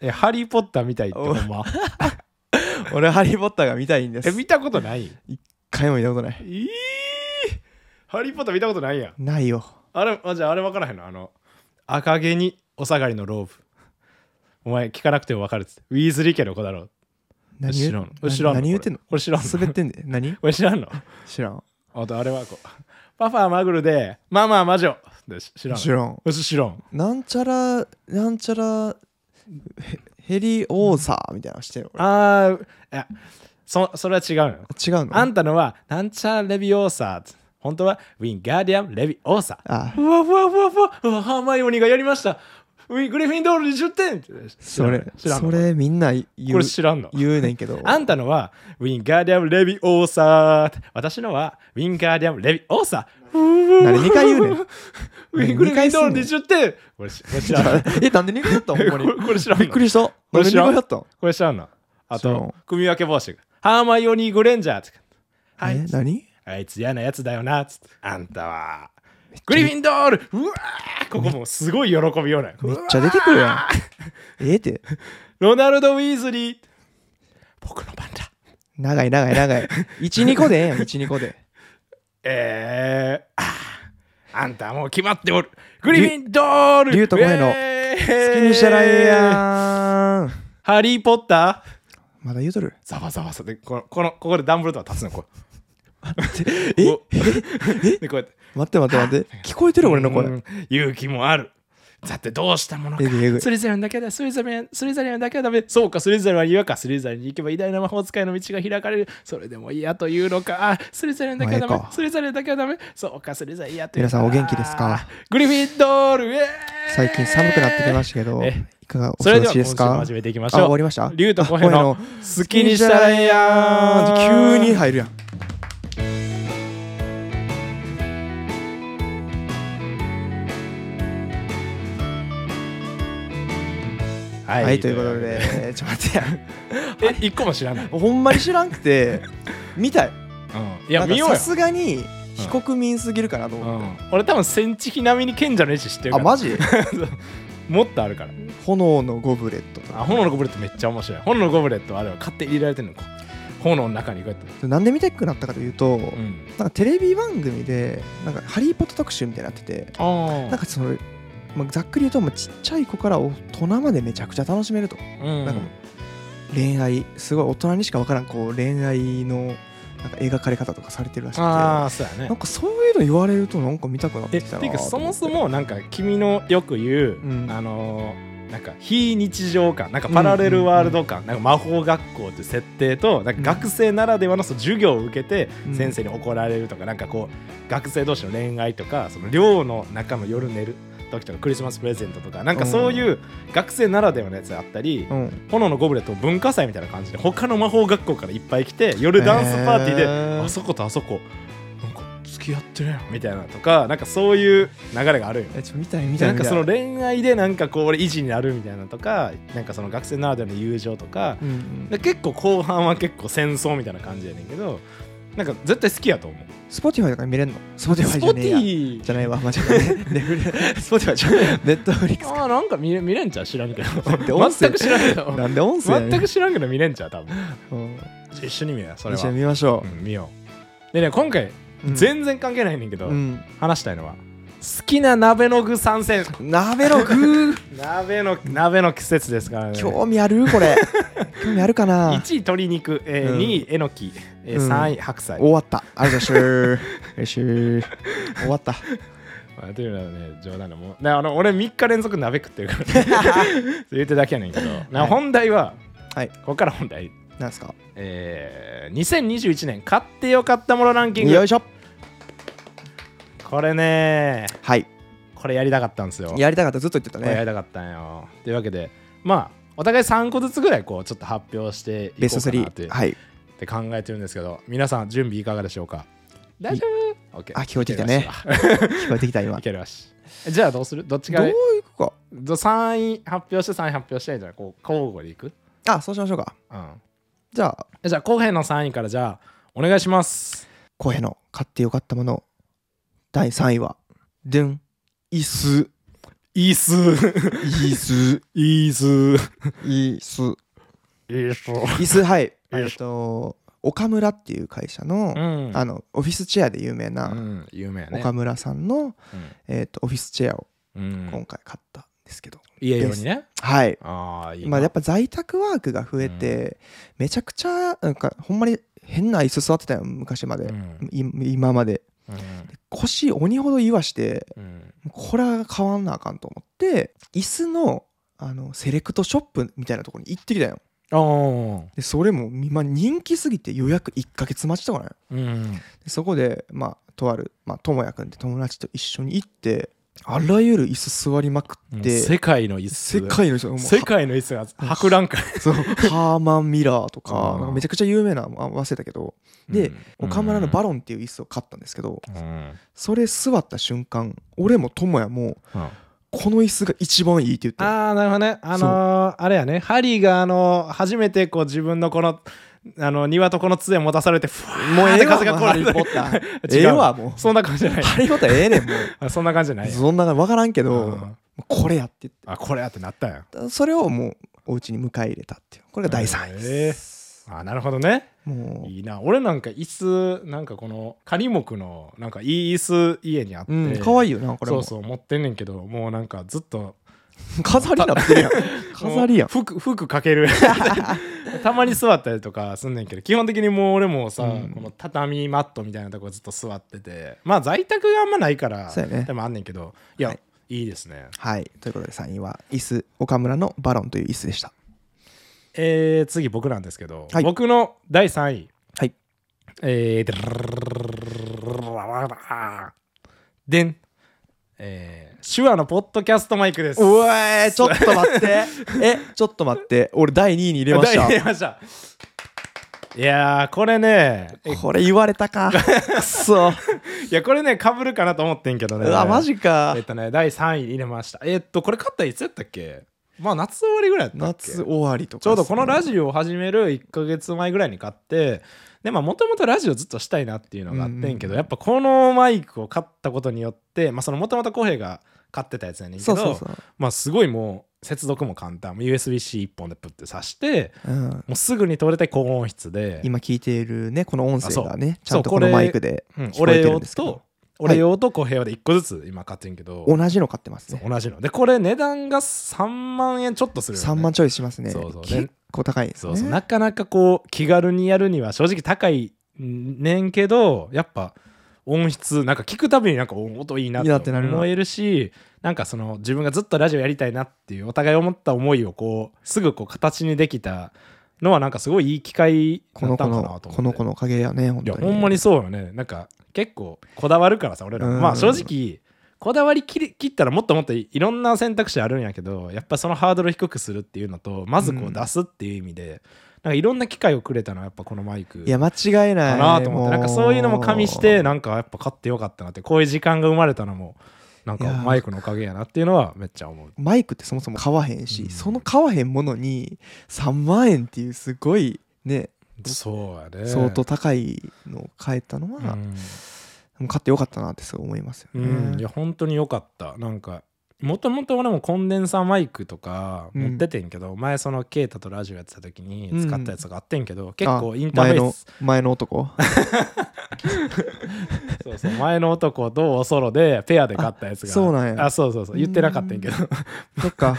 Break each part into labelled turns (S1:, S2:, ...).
S1: えハリー・ポッターみたいってほんま
S2: 俺ハリー・ポッターが見たいんです
S1: え
S2: 一
S1: 見たことない
S2: 回も見たことない
S1: えー、ハリー・ポッター見たことないやん
S2: ないよ
S1: あれあじゃああれ分からへんのあの赤毛にお下がりのローブお前聞かなくても分かるっつってウィーズリー家の子だろ
S2: 何
S1: 知
S2: 言
S1: ら
S2: うん
S1: の知らんの
S2: 何言ってんの
S1: これ知らんの
S2: 滑ってんで何
S1: これ知らんの
S2: 知らん
S1: あとあれはこうパパはマグルでママは魔女でし知らん
S2: 知らん
S1: うし知らん
S2: なんちゃらなんちゃらヘヘリオーサーみたいなのしてる俺
S1: あーいやそそれは違うの
S2: 違うの
S1: あんたのはなんちゃらレビオーサー本当はウィンガーディアンレビオーサ
S2: あ
S1: うわふわふわふわうわハーマイオニーがやりましたウィングリフィンドールに10点って知ら
S2: そ
S1: んの
S2: れ
S1: 知らんの
S2: それみんな言
S1: こ
S2: う
S1: れ知らんの
S2: 言うねんけど
S1: あんたのはウィンガーディアム・レビオーサー私のはウィンガーディアム・レビオーサー
S2: 何二回言うね ん
S1: ウィングリフィンドール20点これ知これ知ら ん
S2: えなんで2回 やったんほんまに
S1: これこれ知らんの
S2: びっくりしたなんで2回やったん
S1: これ知らんのあ
S2: 知らん
S1: と組み分け帽子ハーマイオニー・グレンジャーっては
S2: え
S1: い
S2: 何
S1: あいつ嫌なやつだよなつってあんたはグリフィンドールうわーここもうすごい喜びような
S2: めっちゃ出てくるやん ええって
S1: ロナルド・ウィーズリー僕の番だ
S2: 長い長い長い12個でええやん12個で
S1: えー、あーあんたはもう決まっておるグリフィンドール
S2: 竜と声の
S1: えー
S2: 好きにしたらええやん
S1: ハリー・ポッター
S2: まだ言うとる
S1: ざわざわさでこのこのここでダンブルドア立つのこう
S2: え
S1: おでこうやって
S2: 待って待って待って聞こえてる俺の
S1: う
S2: 声
S1: ん勇気もあるだってどうしたものか
S2: えぐいえぐい
S1: スリザリオンだけだスリザリオンスリザリオンだけはダメそうかスリザリオンは岩かスリザリオンに行けば偉大な魔法使いの道が開かれるそれでも嫌というのかあスリザリオンだけはダ
S2: まあ
S1: メ
S2: ええか
S1: スリザリオンだけはダメそうかスリザリオン嫌という
S2: 皆
S1: のか
S2: さんお元気ですか
S1: グリフィンドールイエーイ
S2: 最近寒くなってきましたけど
S1: え
S2: いかがお
S1: そ
S2: 過
S1: れ
S2: ご
S1: では
S2: し
S1: 今
S2: で
S1: 週
S2: す
S1: も
S2: か
S1: 始めていきま
S2: あ
S1: しょう
S2: 終わりました
S1: 竜と小平の好きにしたらええやん
S2: 急に入るやん
S1: は
S2: はいというこ とでちょっと待ってや
S1: え一個も知らない、
S2: ほんまに知らんく て見たい
S1: いや
S2: なんか
S1: 見よう
S2: さ
S1: よ
S2: すがに非国民すぎるかなと思って
S1: 俺多分戦地並みに賢者の絵師知ってるか
S2: あ
S1: ら
S2: マジ
S1: もっとあるから
S2: 炎のゴブレットと
S1: あ
S2: か
S1: 炎のゴブレットめっちゃ面白い炎のゴブレットはあれは勝手に入れられてるのこう炎の中にこうやって、
S2: なんで見たくなったかというと
S1: うん、
S2: なんかテレビ番組でなんかハリー・ポッター特集みたいになってて
S1: あ
S2: なんかその、まあ、ざっくり言うともうちっちゃい子から大人までめちゃくちゃ楽しめると
S1: うん
S2: なんか恋愛すごい大人にしか分からんこう恋愛のなんか描かれ方とかされてるらしくて
S1: あ
S2: な
S1: あそうや
S2: ん
S1: ね
S2: かそういうの言われるとなんか見たくなっ
S1: え
S2: てきたな
S1: ていうか
S2: と
S1: そ
S2: 思
S1: も
S2: って
S1: そもなんか君のよく言う、
S2: うん
S1: あのーなんか非日常感なんかパラレルワールド感、なんか魔法学校っていう設定となんか学生ならではのその授業を受けて
S2: うん
S1: 先生に怒られるとか、なんかこう学生同士の恋愛とかその寮の中の夜寝る時とかクリスマスプレゼントとかなんかそういう学生ならではのやつがあったり、
S2: うん
S1: 炎のゴブレットも文化祭みたいな感じで他の魔法学校からいっぱい来て夜ダンスパーティーで、
S2: へー
S1: あそことあそこなんか付き合ってるやんみたいなとかなんかそういう流れがあるんよ
S2: えちょっと見たい見たい
S1: なんかその
S2: 見たい
S1: 恋愛でなんかこう俺維持になるみたいなとかなんかその学生ならではの友情とか
S2: うんうん
S1: で結構後半は結構戦争みたいな感じやねんけどなんか絶対好きやと思う
S2: Spotify とかに見れるの Spotify
S1: ス
S2: じゃ
S1: ポ
S2: ね
S1: テ
S2: えや
S1: ィ
S2: じゃないわ間違 えた Spotify じゃない Netflix
S1: あーなんか見れ見れんちゃう知らんけど
S2: て音声
S1: 全く知らんけど
S2: なんで 音声やねん
S1: 全く知らんけど見れんちゃう多分
S2: うん
S1: 一緒に見ようそれ
S2: 一
S1: は
S2: 緒に見ましょ
S1: うん見ようでね今回
S2: ううん
S1: 全然関係ないねんけど、
S2: うん
S1: 話したいのは好きな鍋の具参戦
S2: 鍋の具
S1: 鍋の鍋の季節ですからね
S2: 興味ある これ興味あるかな
S1: 1位鶏肉、えー
S2: うん
S1: 2位えのき、えー
S2: うん
S1: 3位白菜、
S2: 終わった。ありがとうござい ました。よし。終わった。
S1: まあというのはね冗談でもうであの俺3日連続鍋食ってる から、ね、言ってだけやねんけど、な
S2: はい
S1: 本題は、
S2: はい
S1: ここから本題
S2: なんですか
S1: えー、2021年買ってよかったものランキン
S2: よ
S1: グ
S2: いしょ。
S1: これね
S2: はい。
S1: これやりたかったんですよ
S2: やりたかった。ずっと言ってた
S1: これや
S2: ね。
S1: りたかったんよ。というわけで、まあ、お互い3個ずつぐらいこうちょっと発表していこ
S2: ベ
S1: う
S2: スト
S1: かなって
S2: 3。はい。
S1: って考えてるんですけど、皆さん準備いかがでしょうか大丈夫 ?OK。
S2: あ聞こえてきたね 聞こえてきた今。
S1: い
S2: ど
S1: けるわし。じゃあどうするどっちが
S2: ういくか。
S1: 3位発表して3位発表してじゃあこう交互でいく、
S2: あ、そうしましょうか。
S1: うん、
S2: じゃあ、
S1: じゃあ後編の3位からじゃあお願いします。
S2: 浩平の買ってよかったもの、第3位は、ドゥン、椅子。
S1: いいっす。
S2: イー ス
S1: いいっす。
S2: イース
S1: いいっす。
S2: イースはい
S1: いいっ
S2: え
S1: す
S2: っと岡村っていう会社の、
S1: ん
S2: あのオフィスチェアで有名
S1: う、
S2: なん
S1: 有名やね。
S2: 岡村さんの、えっとオフィスチェアを
S1: うん。うん
S2: 今回買ったんですけど、
S1: 家用にね。
S2: はい
S1: ああ、いいな。
S2: まあやっぱ在宅ワークが増えて、めちゃくちゃなんかほんまに変な椅子座ってたよ昔まで、
S1: うん
S2: い今まで
S1: うん
S2: 腰鬼ほど言わして
S1: うん
S2: これは変わんなあかんと思って椅子のあのセレクトショップみたいなところに行ってきたよ
S1: あー
S2: でそれも今人気すぎて予約1ヶ月待ちとかね
S1: うん。
S2: でそこでまあとあるまあ智也くんって友達と一緒に行ってあらゆる椅子座りまく
S1: うん
S2: って、
S1: 世界の椅子。
S2: 世界の人もう
S1: 世界の椅子が博覧会。
S2: そうハーマン・ミラーとか
S1: うん
S2: なんかめちゃくちゃ有名なあ忘れたけどで岡村のバロンっていう椅子を買ったんですけど
S1: ン。うん
S2: それ座った瞬間俺も智也も
S1: うん
S2: この椅子が一番いいって言って
S1: ああなるほどねあのーあれやねハリーがあのー初めてこう自分のこのあの庭とこの杖持たされてふわ
S2: もう
S1: ーっ
S2: ええ
S1: て
S2: わ
S1: 風が
S2: もう ハリーポ
S1: 来
S2: ッター
S1: 違う
S2: ええわもう
S1: そんな感じじゃない
S2: ハリー・ポッターええねんもう
S1: あそんな感じじゃない
S2: そんなの分からんけど、
S1: うん
S2: もうこれやって言
S1: あこれやってなったやん
S2: ってそれをもうお家に迎え入れたっていうこれが第3位です、
S1: あなるほどね
S2: もう
S1: いいな俺なんか椅子なんかこの仮木のなんかいい椅子家にあって、
S2: うん、可愛い
S1: い
S2: よなこれ
S1: そ
S2: も
S1: うそう持ってんねんけどもうなんかずっと
S2: 飾りなってるやん 飾りやん
S1: もう服服か けるたまに座ったりとかすんねんけど基本的にもう俺もさ、
S2: うん
S1: この畳マットみたいなとこずっと座っててまあ在宅があんまないから
S2: そうやね
S1: でもあんねんけどいや、
S2: はい
S1: い、いですね
S2: はいということで3位は椅子岡村のバロンという椅子でした
S1: えー、次僕なんですけど、
S2: はい
S1: 僕の第3位
S2: はい
S1: えー、でん、えー、手話のポッドキャストマイクです。
S2: うえちょっと待って えちょっと待って俺第2位に入れまし
S1: 出
S2: た
S1: ました。いやー、これね、え
S2: これ言われたかくっそ
S1: いや、これね、かぶるかなと思ってんけどね。
S2: うわマジか
S1: えっとね、第3位に入れました。えっと、これ勝ったらいつやったっけまあ、夏終わりぐらいやったっけ
S2: 夏終わりとか
S1: ちょうどこのラ
S2: ジ
S1: ジオを始める1ヶ月前ぐらいに買ってでまあもともとラジオずっとしたいなっていうのがあってんけど、
S2: うんうん
S1: やっぱこのマイクを買ったことによってまあそのもともと浩平が買ってたやつやねんけ
S2: そ
S1: ど
S2: うそうそう、
S1: まあすごいもう接続も簡単もう USB-C1 本でプッて挿して
S2: うん、
S1: もうすぐに取れて高音質で、
S2: 今聞いているねこの音声がね
S1: あ
S2: ち
S1: そ
S2: ゃ
S1: うんそう
S2: とこ
S1: これ
S2: のマイクで
S1: うん
S2: 聞こえ
S1: 俺
S2: てるん
S1: 用
S2: ですけど
S1: と俺用と浩平用で1個ずつ今買ってんけど、
S2: 同じの買ってます
S1: そう
S2: ね
S1: 同じのでこれ値段が3万円ちょっとするよね
S2: 3万ちょいしますね
S1: そうそう
S2: 結構高いです
S1: そ
S2: ね
S1: うそうなかなかこう気軽にやるには正直高いねんけどやっぱ音質なんか聞くたびになんかお音いいない
S2: いなって
S1: と
S2: なるな
S1: 思えるしなんかその自分がずっとラジオやりたいなっていうお互い思った思いをこうすぐこう形にできたのはなんかすごいいい機会
S2: こ
S1: だっ
S2: の
S1: た
S2: 子
S1: んかな
S2: の
S1: と思って
S2: この子のおかげやね本
S1: いや
S2: 当に
S1: ほんまにそうよねなんか結構こだわるからさ俺ら
S2: うん
S1: まあ正直こだわり切り切ったらもっともっといいろんな選択肢あるんやけどやっぱそのハードル低くするっていうのとまずこ
S2: う
S1: うん出すっていう意味で、なんかいろんな機会をくれたのはやっぱこのマイク
S2: いや間違いな
S1: か
S2: い
S1: なと思っ
S2: も
S1: てなんかそういうのも加味してなんかやっぱ買ってよかったなってこういう時間が生まれたのもなんか
S2: いや
S1: マイクのおかげやなっていうのはめっちゃ思う。
S2: マイクってそもそも買わへんし、
S1: うん
S2: その買わへんものに3万円っていうすごいね、
S1: そうやね
S2: 相当高いのを買えたのは、
S1: う
S2: も
S1: ん
S2: う買ってよかったなってすごい思いますよね、
S1: うん、いや本当に良かったなんかもともと俺もコンデンサーマイクとか
S2: うん
S1: 持っててんけど、前そのケイタとラジオやってた時に使ったやつがあってんけど、結構
S2: あ
S1: インターフェース
S2: 前の前の男
S1: そうそう前の男とおソロでペアで買ったやつが
S2: あそうなんや
S1: あそうそうそう言ってなかったんやけど
S2: そっか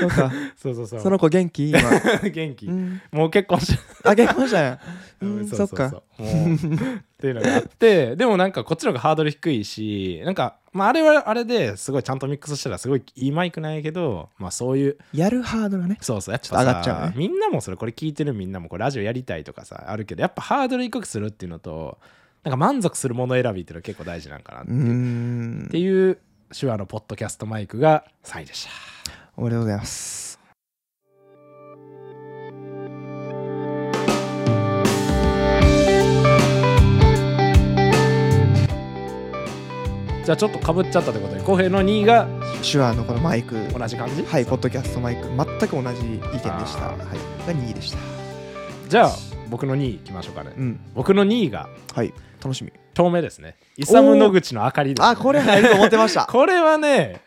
S2: そっか
S1: そうそうそう
S2: その子元気今、
S1: 元気、
S2: うん、
S1: もう結婚して
S2: あ元気ましたやん、
S1: う
S2: う、
S1: んん
S2: そっか
S1: うもうっていうのがあって でもなんかこっちの方がハードル低いしなんか、まあ、あれはあれですごいちゃんとミックスしたらすごいいいマイクなんやけど、まあ、そういう
S2: やるハードルがね
S1: そうそうやっ
S2: ょっと上がっちゃうね
S1: みんなもそれこれ聞いてるみんなもこうラジオやりたいとかさあるけどやっぱハードル低くするっていうのとなんか満足するもの選びっていうのは結構大事なんかなっ
S2: うーん
S1: ていう手話のポッドキャストマイクが3位でした
S2: おめでとうございます
S1: じゃあちょっとかぶっちゃったということで浩平の2位が
S2: 手話のこのマイク
S1: 同じ感じ
S2: はい、ポッドキャストマイク、全く同じ意見でした。は
S1: あー
S2: い、が2位でした。
S1: じゃあ僕の2位いきましょうかね、
S2: うん、
S1: 僕の2位が
S2: はい、楽しみ。
S1: 透明ですね。イサム・ノグチの明かりです、ね。
S2: あこれ入ると思ってました
S1: これはね、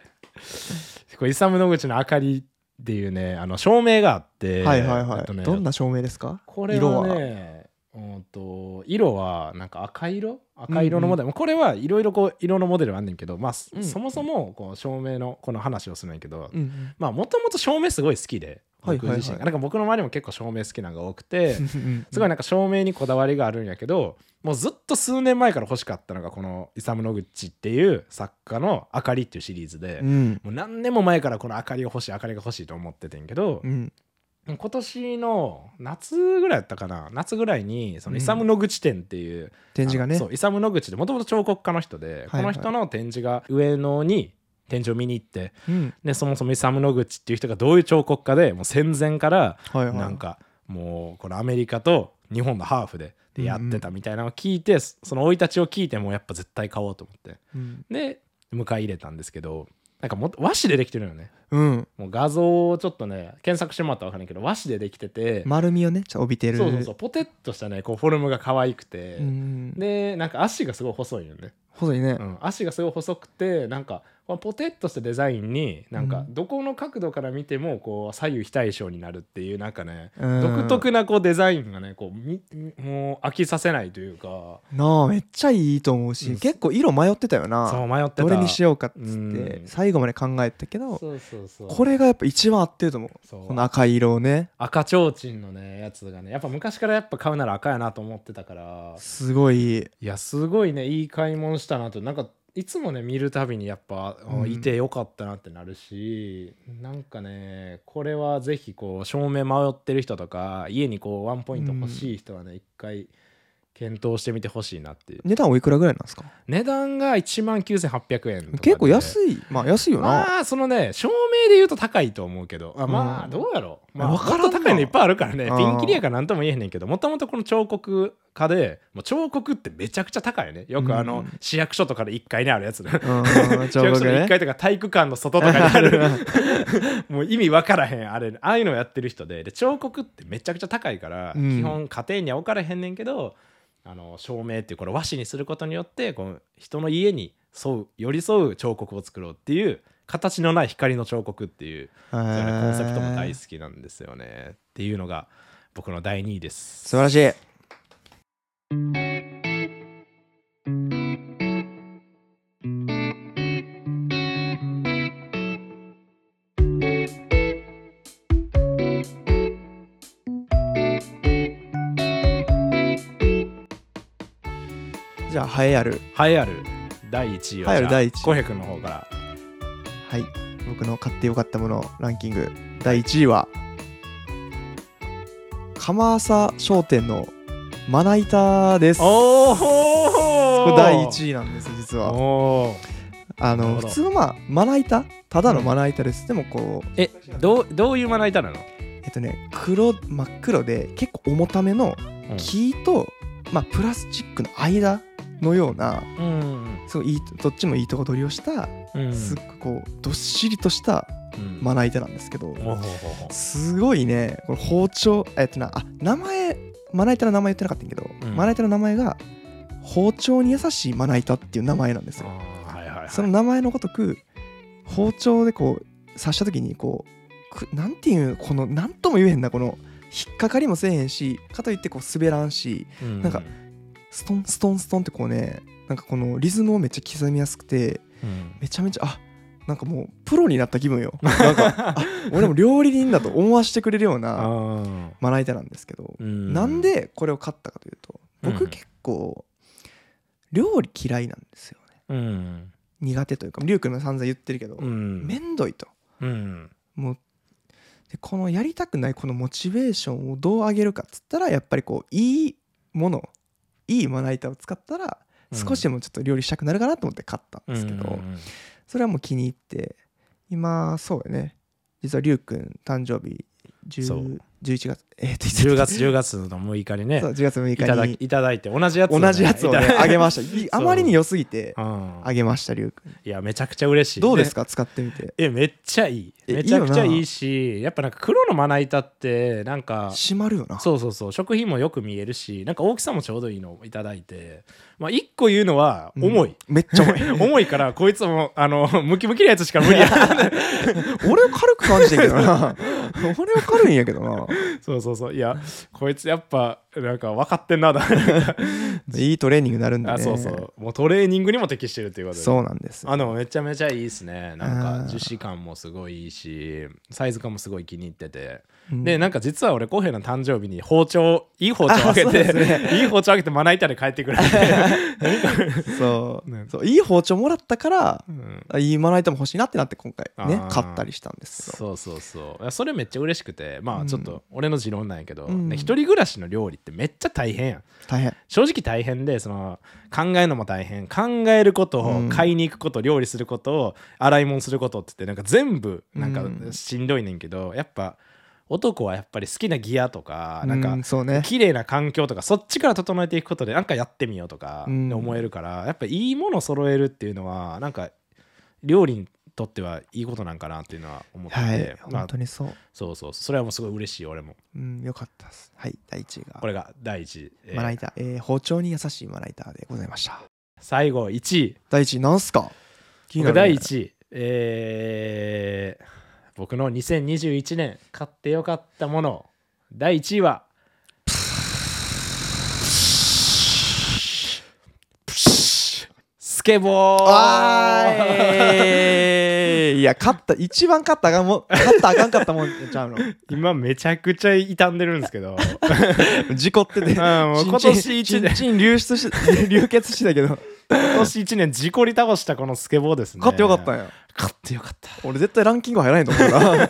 S1: これイサム・ノグチの明かりっていうね、あの照明があって、
S2: はいはいは い、
S1: えっとね
S2: どんな照明ですか
S1: これはねうんと色はなんか赤色赤色のモデル、これはいろいろこう色のモデルはあんねんけど、まあそ
S2: うん
S1: そもそもこう照明のこの話をするんやけど、
S2: うんうん
S1: まあもともと照明すごい好きで
S2: はい
S1: 僕
S2: はいはい
S1: 自身が、なんか僕の周りも結構照明好きなのが多くてすごい
S2: な
S1: なんか照明にこだわりがあるんやけどもうずっと数年前から欲しかったのがこのイサム・ノグチっていう作家の「あかり」っていうシリーズで、
S2: うん
S1: もう何年も前からこの明かりが欲しい明かりが欲しいと思っててんけど、
S2: うん
S1: 今年の夏ぐらいだったかな夏ぐらいにその
S2: うん
S1: イサム・ノグチ展っていう、
S2: 展示が
S1: あ
S2: ね
S1: のそうイサム・ノグチってもともと彫刻家の人で、
S2: はいはい
S1: この人の展示が上野に展示を見に行って
S2: うん
S1: でそもそもイサム・ノグチっていう人がどういう彫刻家でもう戦前から
S2: はいはい
S1: なんかもうこのアメリカと日本のハーフででやってたみたいなのを聞いて、その生い立ちを聞いてもうやっぱ絶対買おうと思って
S2: うん、
S1: で迎え入れたんですけどなんかもっと和紙でできてるのよね
S2: うん、
S1: もう画像をちょっとね検索してもらったら分かんないけど和紙でできてて、
S2: 丸みをねちょっと帯びてる
S1: そうそうそうポテッとしたねこうフォルムが可愛くて、
S2: うん、
S1: でなんか足がすごい細いよね、
S2: 細いね、
S1: うん、足がすごい細くてなんかこのポテッとしたデザインになん
S2: う
S1: か
S2: ん
S1: どこの角度から見てもこう左右非対称になるっていうなんかね
S2: うん
S1: 独特なこうデザインがねこうみもう飽きさせないというか
S2: なあめっちゃいいと思う
S1: う
S2: し、
S1: ん
S2: 結構色迷ってたよ
S1: そう
S2: な
S1: 迷ってた
S2: どれにしようかっつって、
S1: うん
S2: 最後まで考えてたけど
S1: そうそうそう
S2: これがやっぱ一番合ってると思う
S1: そう
S2: この赤い色をね
S1: 赤ちょうちんのねやつがねやっぱ昔からやっぱ買うなら赤やなと思ってたから
S2: すごい
S1: いやすごいねいい買い物したなとなんかいつもね見るたびにやっぱ、あ
S2: うん
S1: いてよかったなってなるしなんかねこれはぜひこう照明迷ってる人とか家にこうワンポイント欲しい人はね一、回検討してみてほしいなっていう
S2: 値段おいくらぐらいなんですか
S1: 値段が1万9800円とかで
S2: 結構
S1: い
S2: 安いまあ安いよな、
S1: まあそのね照明で言うと高いと思うけどあま
S2: う
S1: あ
S2: ん
S1: どうやろう、
S2: い
S1: まあ、
S2: やわ
S1: 分
S2: から
S1: か
S2: ん
S1: ら
S2: なん
S1: 高いのいっぱいあるからね
S2: うん
S1: ピンキリやから何とも言えへんねんけどもともとこの彫刻家でもう彫刻ってめちゃくちゃ高いよねよくあ
S2: う
S1: の
S2: ん
S1: 市役所とかで1階にあるやつね
S2: うん、
S1: 市役所の1階とか体育館の外とかにある
S2: あ
S1: もう意味わからへんあれああいうのやってる人でで彫刻ってめちゃくちゃ高いから、
S2: うん
S1: 基本家庭には置かれへんねんけどあの照明っていうこれ和紙にすることによってこの人の家に沿う寄り添う彫刻を作ろうっていう形のない光の彫刻っていう、
S2: コ
S1: そういうねコンセプトも大好きなんですよねっていうのが僕の第2位です
S2: 素晴らしいじゃあ栄えある
S1: 栄えある第1位は
S2: 栄えある第一位
S1: コヘ君の方から
S2: はい僕の買ってよかったものランキング第1位は釜浅商店のまな板ですこ
S1: お
S2: れ第1位なんです実は
S1: おー
S2: あ
S1: なる
S2: の
S1: ほ
S2: 普
S1: ど
S2: 通のまあまな板ただのまな板です、でもこう
S1: えどうどういうまな板なの、
S2: えっとね黒真っ黒で結構重ための
S1: うん
S2: 木と、まあ、プラスチックの間のような
S1: うん
S2: すごいいいどっちもいいとこ取りをした、
S1: うん
S2: すっごくこうどっしりとした
S1: うん
S2: まな板なんですけ
S1: ほ
S2: ど、
S1: うほうほうほ
S2: すごいねこれ包丁えっとなあ名前まな板の名前言ってなかったんやけど、
S1: うん
S2: まな板の名前が包丁に優しいまな板っていう名前なんです
S1: う
S2: よ
S1: あーはいはいはい
S2: その名前のごとく包丁でこう刺した時にこうくなんていうこの何とも言えへんなこの引っかかりもせえへんしかといってこう滑らんし
S1: う
S2: なんかストンストンストンってこうねなんかこのリズムをめっちゃ刻みやすくて
S1: うん
S2: めちゃめちゃあなんかもうプロになった気分よな んかあ俺も料理人だと思わせてくれるような
S1: あ
S2: まな板なんですけど
S1: ー、うん
S2: なんでこれを買ったかというと
S1: う
S2: 僕
S1: ん
S2: 結構料理嫌いなんですよね
S1: うん
S2: 苦手というかリュウ君も散々言ってるけど
S1: うん
S2: めんどいと
S1: うん
S2: もうでこのやりたくないこのモチベーションをどう上げるかっつったらやっぱりこういいものいいまな板を使ったら
S1: うん
S2: 少しでもちょっと料理したくなるかなと思って買ったんですけど、
S1: うん
S2: それはもう気に入って今そうよね実はりゅうくん誕生日
S1: そう
S2: 10 11月えっといつだ
S1: 10
S2: っ
S1: 月10月の6日に
S2: け
S1: ね
S2: そう10月6
S1: いただ
S2: 日
S1: き
S2: に
S1: いただいて同じやつをね、
S2: 同じやつをね
S1: いただ
S2: あげましたいあまりに良すぎて
S1: うん
S2: あげましたりゅうくん
S1: いやめちゃくちゃ嬉しい
S2: どうです
S1: か
S2: か使ってみて
S1: えめっちゃいい
S2: え
S1: めちゃくちゃ
S2: いいよない
S1: いしやっぱなんか黒のまな板ってなんか
S2: 閉まるよな
S1: そうそうそう食品もよく見えるしなんか大きさもちょうどいいのをいただいてまあ一個言うのは
S2: うん
S1: 重 い、
S2: めっちゃ重い
S1: 重いからこいつもあのムキムキのやつしか無理や
S2: 俺を軽く感じてんけどな 俺を軽いんやけどな
S1: そうそうそういやこいつやっぱなんか分かってんなだ
S2: いいトレーニングになるんだね
S1: あそうそうもうトレーニングにも適してるっていうことで
S2: そうなんです
S1: あでもめちゃめちゃいいですねなん
S2: あ
S1: か
S2: ー
S1: 樹脂感もすごいいいしサイズ感もすごい気に入ってて
S2: うん
S1: でなんか実は俺コウヘイの誕生日に包丁いい包丁あげ
S2: あそう
S1: て
S2: ですね
S1: いい包丁あげてまな板で帰ってく れて、
S2: そ う
S1: ね
S2: そういい包丁もらったから
S1: うん
S2: あいいまな板も欲しいなってなって今回ね
S1: あー
S2: 買ったりしたんですけど
S1: そうそうそういやそれめっちゃ嬉しくてま
S2: う
S1: あ
S2: ん
S1: ちょっと俺の持論なんやけど、
S2: うん
S1: ね一人暮らしの料理ってめっちゃ大変やん
S2: 大変
S1: 正直大変でその考えるのも大変考えることを
S2: うん
S1: 買いに行くこと、料理することを洗い物することってってなんか全部なん
S2: うん
S1: かしんどいねんけど、やっぱ男はやっぱり好きなギアとかなん
S2: う
S1: か
S2: そうね
S1: 綺麗な環境とかそっちから整えていくことでなんかやってみようとか
S2: うん
S1: 思えるから、やっぱいいもの揃えるっていうのはなんか料理にとってはいいことなんかなっていうのは思ってて、
S2: はい
S1: まあ
S2: 本当にそう
S1: そうそうそれはもうすごい嬉しい俺も
S2: うんよかったですはい第一位が
S1: これが第一、えー
S2: まな板えー包丁に優しいまな板でございました
S1: 最後1位
S2: 第一位なんすか気にな
S1: 僕
S2: る
S1: 第1位えー僕の2021年買ってよかったもの第1位はスケボー
S2: あーえーいや勝った一番勝ったらあかんもん勝ったらあかんかったもんちゃうの
S1: 今めちゃくちゃ傷んでるんですけ ど
S2: 事故ってて
S1: うんもう今年一年
S2: ちんちん流出して 流血してたけど
S1: 今年1年事故り倒したこのスケボーですね
S2: 勝ってよかったん
S1: よ
S2: や
S1: 買ってよかった
S2: 俺絶対ランキング入らないと思う な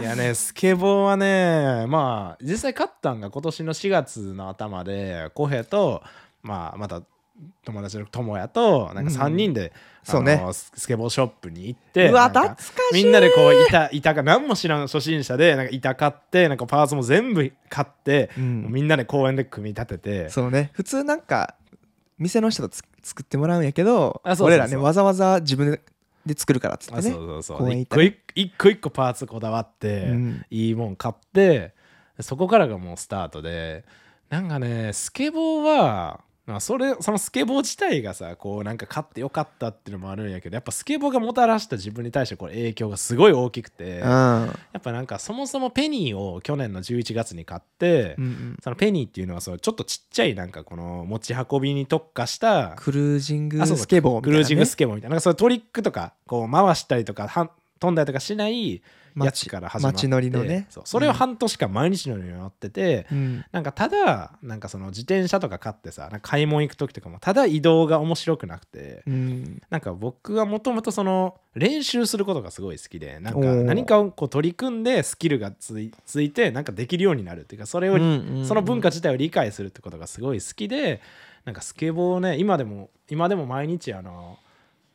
S1: いやね、スケボーはね、まあ、実際勝ったんが今年の4月の頭で、コヘと、まあ、また友達の友也と、なんか3人で、あの
S2: そうね
S1: ススケボーショップに行って、
S2: うわ
S1: なんか
S2: 懐かしい
S1: みんなでこう、板、板が、何も知らん初心者で、なんか板買って、なんかパーツも全部買って、
S2: うん
S1: もうみんなで公園で組み立てて、
S2: そうね普通なんか店の人とつ作ってもらうんやけど
S1: あそうそうそう
S2: 俺らねわざわざ自分でで作るからっつっ
S1: あ
S2: て
S1: そう
S2: ね
S1: そうそう
S2: 公園行
S1: 一
S2: った
S1: 個一個一個一個パーツこだわって、
S2: うん
S1: いいもん買ってそこからがもうスタートでなんかねスケボーはまあそれそのスケボー自体がさこうなんか買ってよかったっていうのもあるんやけどやっぱスケボーがもたらした自分に対してこれ影響がすごい大きくて
S2: う
S1: や
S2: ん
S1: っぱなんかそもそもペニーを去年の11月に買って、
S2: うんうん
S1: そのペニーっていうのはそうちょっとちっちゃいなんかこの持ち運びに特化した
S2: クルージング
S1: あそうそう
S2: スケボーみたいな、
S1: ク
S2: ね、
S1: ルージングスケボーみたいななんかそういうトリックとかこう回したりとかはん飛んだりとかしないやつから始まって
S2: 街乗りのね
S1: そうそれを半年間毎日のように乗ってて、
S2: うん
S1: なんかただなんかその自転車とか買ってさなんか買い物行く時とかもただ移動が面白くなくて
S2: うん
S1: なんか僕はもともとその練習することがすごい好きでなん
S2: お
S1: か
S2: ー
S1: 何かをこう取り組んでスキルがついついてなんかできるようになるっていうかそれをその文化自体を理解するってことがすごい好きでなんかスケボーをね今でも今でも毎日あの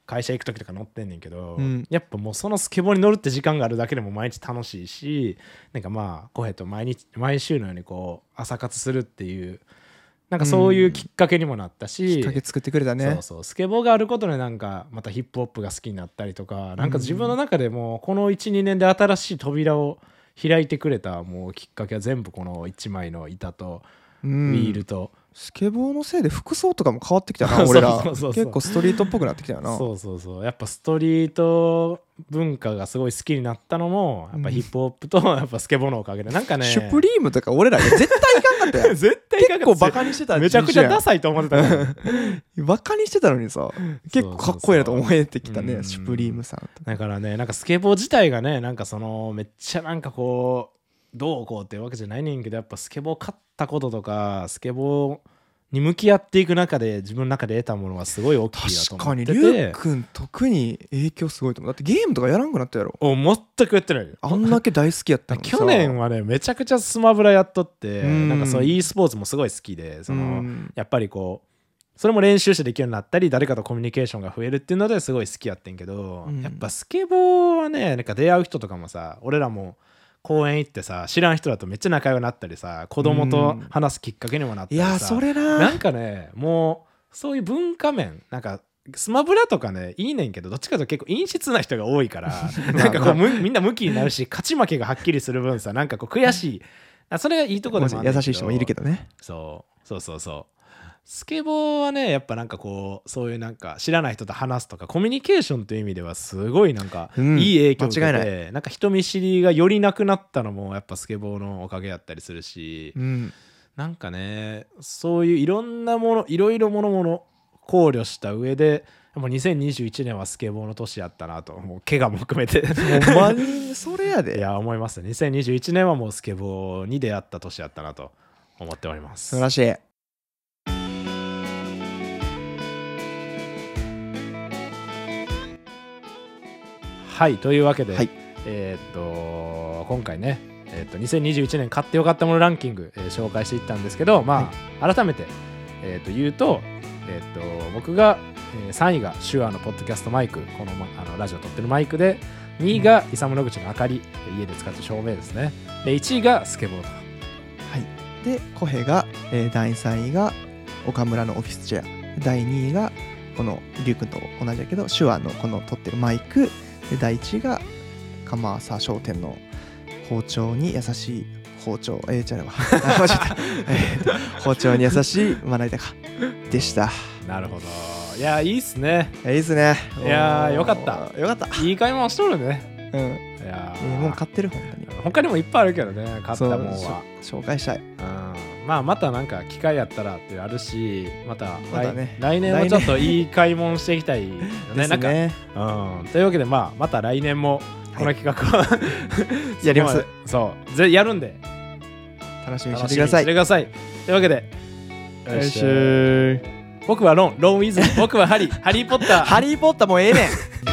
S1: 会社行く時とか乗ってんねんけど、
S2: うん
S1: やっぱもうそのスケボーに乗るって時間があるだけでも毎日楽しいしなんかまあコヘと毎日毎週のようにこう朝活するっていうなんかそういうきっかけにもなったし、
S2: きっかけ作ってくれたね
S1: そうそうスケボーがあることでなんかまたヒップホップが好きになったりとかなんか自分の中でもうこの12年で新しい扉を開いてくれたもうきっかけは全部この1枚の板と
S2: う
S1: ウ
S2: ん
S1: ィールと、
S2: スケボーのせいで服装とかも変わってき た
S1: そ
S2: な
S1: う
S2: 俺ら
S1: そうそうそう
S2: 結構ストリートっぽくなってきたよな
S1: そうそうそうやっぱストリート文化がすごい好きになったのもやっぱヒップホップとやっぱスケボーのおかげでなんかね
S2: シュプリームとか俺ら絶対いかんかったやん
S1: 絶対
S2: 結構バカにしてた
S1: めちゃくちゃ
S2: 人種や
S1: ダサいと思ってたから
S2: んバカにしてたのにさ結構かっこいいなと思えてきた
S1: う
S2: ね
S1: ん
S2: シュプリームさんと
S1: だからねなんかスケボー自体がねなんかそのめっちゃなんかこうどうこうっていうわけじゃないねんけどやっぱスケボー勝ったこととかスケボーに向き合っていく中で自分の中で得たものはすごい大きいなと
S2: 確
S1: 思
S2: か
S1: って
S2: に
S1: て
S2: りゅうくん特に影響すごいと思うだってゲームとかやらんくなったやろ
S1: お全くやってない
S2: あんだけ大好きやったのにさ
S1: 去年はねめちゃくちゃスマブラやっとって
S2: うん
S1: なんかその e スポーツもすごい好きでそうの
S2: ん
S1: やっぱりこうそれも練習してできるようになったり誰かとコミュニケーションが増えるっていうのですごい好きやってんけど、
S2: うん
S1: やっぱスケボーはねなんか出会う人とかもさ俺らも公園行ってさ知らん人だとめっちゃ仲良くなったりさ子供と
S2: うん
S1: 話すきっかけにもなった
S2: い
S1: りさ
S2: やーそれな
S1: なんかねもうそういう文化面なんかスマブラとかねいいねんけどどっちかというと結構陰湿な人が多い からなんかこうむみんな向きになるし勝ち負けがはっきりする分さなんかこう悔しいあそれがいいとこでもあんねん
S2: 優しい人もいるけどね
S1: そうそうそうそうスケボーはねやっぱなんかこうそういうなんか知らない人と話すとかコミュニケーションという意味ではすごいなんか
S2: うん
S1: いい影響を受け
S2: 間違
S1: て、なんか人見知りがよりなくなったのもやっぱスケボーのおかげやったりするし、
S2: うん
S1: なんかねそういういろんなものいろいろものもの考慮した上でもう2021年はスケボーの年やったなともう怪我も含めて
S2: ほんまにそれや
S1: い
S2: で
S1: や思いますね2021年はもうスケボーに出会った年やったなと思っております
S2: 素晴らしい
S1: はいというわけで、
S2: はい
S1: えーっと今回ね、えーっと2021年買ってよかったものランキング、えー紹介していったんですけどまあ、改めて、えーっと言うと,、えーっと僕が、えー3位が手話のポッドキャストマイクこの,、ま、あのラジオ撮ってるマイクで2位がイサム野口の明かり家で使ってる照明ですねで1位がスケボーと
S2: でコヘが、えー第3位が岡村のオフィスチェア第2位がこのリュウ君と同じだけど手話のこの取ってるマイクで第1位が釜浅商店の包丁に優しい包丁えー、じゃあれは間違えた、えーと包丁に優しいまな板かでした
S1: なるほどいやいいっす ね
S2: いやいいですね
S1: いやー
S2: お
S1: よかった
S2: よかった
S1: いい買い物しとるね
S2: うんえ
S1: いやー
S2: ーもう買ってる本当に
S1: 他にもいっぱいあるけどね買ったもん
S2: そう
S1: は。
S2: しょ紹介したい
S1: うんまあまたなんか機会やったらってあるしまた来,、
S2: またね
S1: 来年もちょっといい買い物していきたいよ
S2: で
S1: ね。な
S2: す
S1: んか
S2: ね
S1: うん、というわけで、まあ、また来年もこの企画は、
S2: やります
S1: そこでそうぜやるんで
S2: 楽しみにし
S1: 楽しみ
S2: ててく
S1: に
S2: だ
S1: し
S2: さ
S1: て
S2: い
S1: くださいというわけで
S2: よいしょー
S1: 僕はロンロンウィズ僕はハリーハリー・ポッター
S2: ハリー・ポッターもうええねん